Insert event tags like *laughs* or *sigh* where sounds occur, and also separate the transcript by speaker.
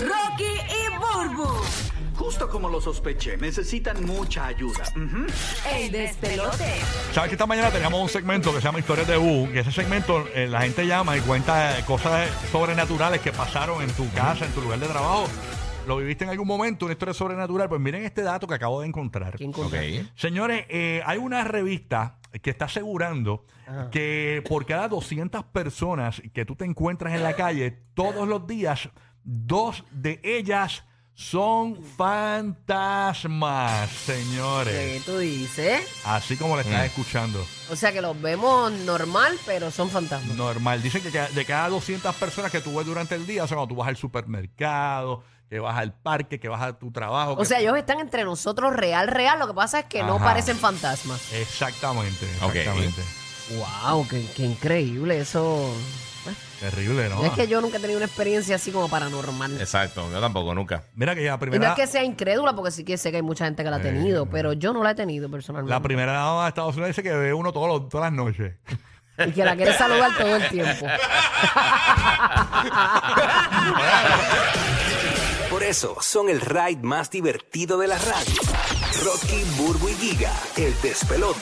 Speaker 1: Rocky y Burbu.
Speaker 2: Justo como lo sospeché, necesitan mucha ayuda. Ujú.
Speaker 1: El despelote.
Speaker 3: ¿Sabes que esta mañana teníamos un segmento que se llama Historias de U? Que ese segmento eh, la gente llama y cuenta eh, cosas sobrenaturales que pasaron en tu casa, en tu lugar de trabajo. ¿Lo viviste en algún momento, una historia sobrenatural? Pues miren este dato que acabo de encontrar.
Speaker 4: ¿Quién contra?
Speaker 3: Señores, eh, hay una revista que está asegurando que por cada 200 personas que tú te encuentras en la calle todos los días, dos de ellas son fantasmas,
Speaker 4: ¿Qué
Speaker 3: señores.
Speaker 4: tú dices?
Speaker 3: Así como la estás escuchando.
Speaker 4: O sea que los vemos normal, pero son fantasmas.
Speaker 3: Normal. Dicen que ca- de cada 200 personas que tú ves durante el día, o sea, cuando tú vas al supermercado, que vas al parque, que vas a tu trabajo.
Speaker 4: O
Speaker 3: que-
Speaker 4: sea, ellos están entre nosotros real, real. Lo que pasa es que no
Speaker 3: Ajá.
Speaker 4: parecen fantasmas.
Speaker 3: Exactamente,
Speaker 5: Ok.
Speaker 3: exactamente.
Speaker 4: ¡Wow! ¡Qué, qué increíble eso!
Speaker 3: Terrible, ¿no?
Speaker 4: Es que yo nunca he tenido una experiencia así como paranormal.
Speaker 5: Exacto, yo tampoco, nunca.
Speaker 3: Mira que la
Speaker 4: Y no
Speaker 3: primera... Eh.
Speaker 4: es que sea incrédula, porque sí que sé que hay mucha gente que la ha tenido, pero yo no la he tenido personalmente.
Speaker 3: La primera dama de Estados Unidos dice que ve uno todos los- todas las noches.
Speaker 4: Y que la quiere saludar todo el
Speaker 3: *laughs*
Speaker 4: tiempo. *laughs*
Speaker 6: Por eso son el ride más divertido de la radio. Rocky, Burbu y Giga, el despelote.